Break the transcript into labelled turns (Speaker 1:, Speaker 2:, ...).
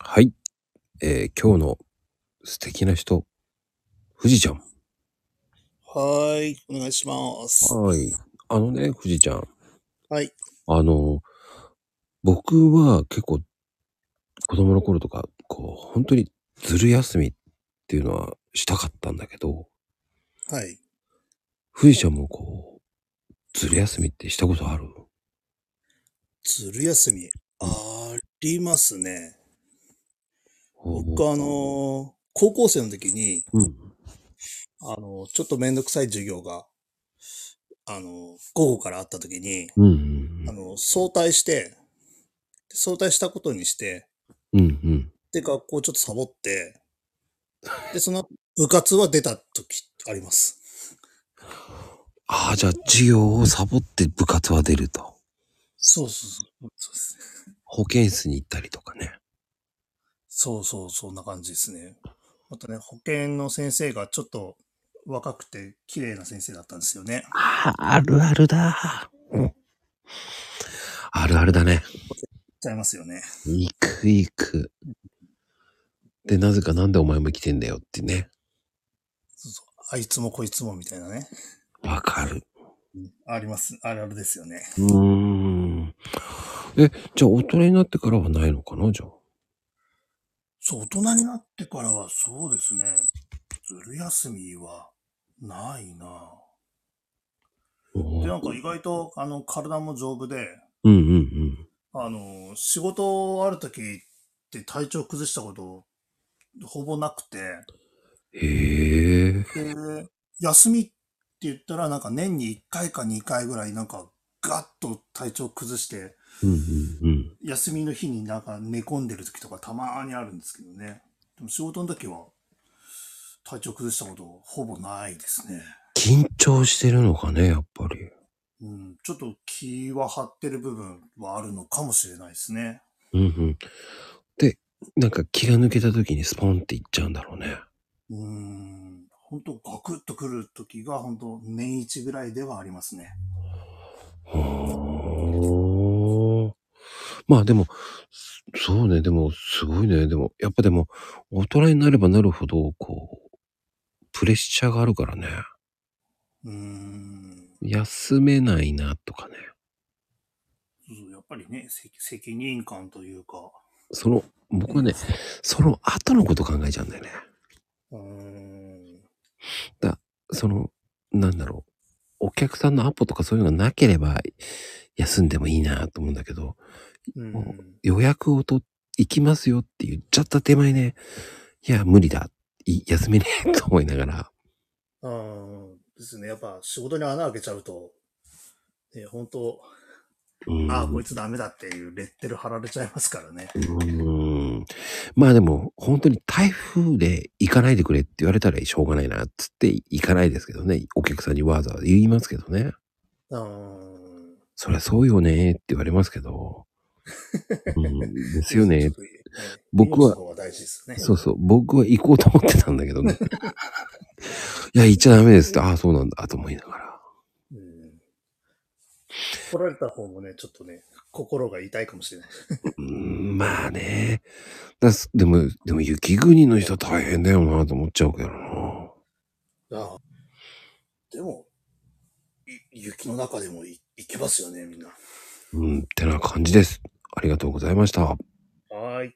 Speaker 1: はい。えー、今日の素敵な人、富士ちゃん。
Speaker 2: はーい。お願いします。
Speaker 1: はい。あのね、富士ちゃん。
Speaker 2: はい。
Speaker 1: あの、僕は結構子供の頃とか、こう、本当にずる休みっていうのはしたかったんだけど、
Speaker 2: はい。
Speaker 1: 富士ちゃんもこう、ずる休みってしたことある
Speaker 2: ずる休み、
Speaker 1: うん
Speaker 2: ありますね。
Speaker 1: おー
Speaker 2: 僕、あのー高校生の時に、
Speaker 1: うん。
Speaker 2: あのーちょっとめんどくさい授業が、あのー午後からあった時に、
Speaker 1: うん。
Speaker 2: あのー早退して、早退したことにして、
Speaker 1: うん。うん。うん
Speaker 2: で、学校ちょっとサボって、で、その後部活は出た時あります。
Speaker 1: ああ、じゃあ、授業をサボって部活は出ると。
Speaker 2: そうそうそう。そうですね
Speaker 1: 保健室に行ったりとかね。
Speaker 2: そうそう、そんな感じですね。またね、保健の先生がちょっと若くて綺麗な先生だったんですよね。
Speaker 1: ああ、あるあるだ。うんあるあるだね。
Speaker 2: ちゃいますよね。
Speaker 1: 行く行く。で、なぜかなんでお前も来てんだよってね。
Speaker 2: そうそうあいつもこいつもみたいなね。
Speaker 1: わかる。
Speaker 2: あります。あるあるですよね。
Speaker 1: うーん。え、じゃあ大人になってからはないのかなじゃあ。
Speaker 2: そう、大人になってからはそうですね。ずる休みはないな
Speaker 1: おー
Speaker 2: で、なんか意外と、あの、体も丈夫で、
Speaker 1: うんうんうん。
Speaker 2: あの、仕事ある時って体調崩したことほぼなくて、
Speaker 1: へえ。
Speaker 2: で、休みって言ったら、なんか年に1回か2回ぐらい、なんかガッと体調崩して、
Speaker 1: うんうんうん。
Speaker 2: 休みの日になんか寝込んでる時とかたまーにあるんですけどね。でも仕事の時は体調崩したことほぼないですね。
Speaker 1: 緊張してるのかね、やっぱり。
Speaker 2: うん、ちょっと気は張ってる部分はあるのかもしれないですね。
Speaker 1: うんうん。で、なんか気が抜けた時にスポンっていっちゃうんだろうね。
Speaker 2: うーん、本当ガクッとくる時が本当年一ぐらいではありますね。
Speaker 1: ほーまあでも、そうね、でもすごいね。でも、やっぱでも、大人になればなるほど、こう、プレッシャーがあるからね。
Speaker 2: うーん、
Speaker 1: 休めないな、とかね。
Speaker 2: そうやっぱりね、責責任感というか、
Speaker 1: その、僕はね、その後のこと考えちゃうんだよね。
Speaker 2: うーん、
Speaker 1: だ、その、なんだろう。お客さんのアポとかそういうのがなければ、休んでもいいなと思うんだけど、
Speaker 2: う、
Speaker 1: もうん予約をと、行きますよって言っちゃった手前ね、いや、無理だ。い休めねえと思いながら。
Speaker 2: あーですね。やっぱ仕事に穴開けちゃうと、ね、本当
Speaker 1: う
Speaker 2: ああ、こ
Speaker 1: ん
Speaker 2: いつダメだっていうレッテル貼られちゃいますからね。
Speaker 1: うーんまあでも、本当に台風で行かないでくれって言われたらしょうがないな、つって行かないですけどね。お客さんにわざわざ言いますけどね。
Speaker 2: うーん。
Speaker 1: そりゃそうよねって言われますけど。うん、ですよね。
Speaker 2: そういうね
Speaker 1: 僕
Speaker 2: 命の
Speaker 1: は、
Speaker 2: 方が大事ですね。
Speaker 1: そうそう、僕は行こうと思ってたんだけどね。いや、行っちゃダメですって、ああ、そうなんだ、と思いながら。
Speaker 2: うん。来られた方もね、ちょっとね、心が痛いかもしれない。
Speaker 1: うーん、まあね。だすでも、でも雪国の人大変だよなと思っちゃうけどな。
Speaker 2: ああでも、い雪の中でもい行けますよね、みんな。
Speaker 1: うん、ってな感じです。ありがとうございました。
Speaker 2: はーい。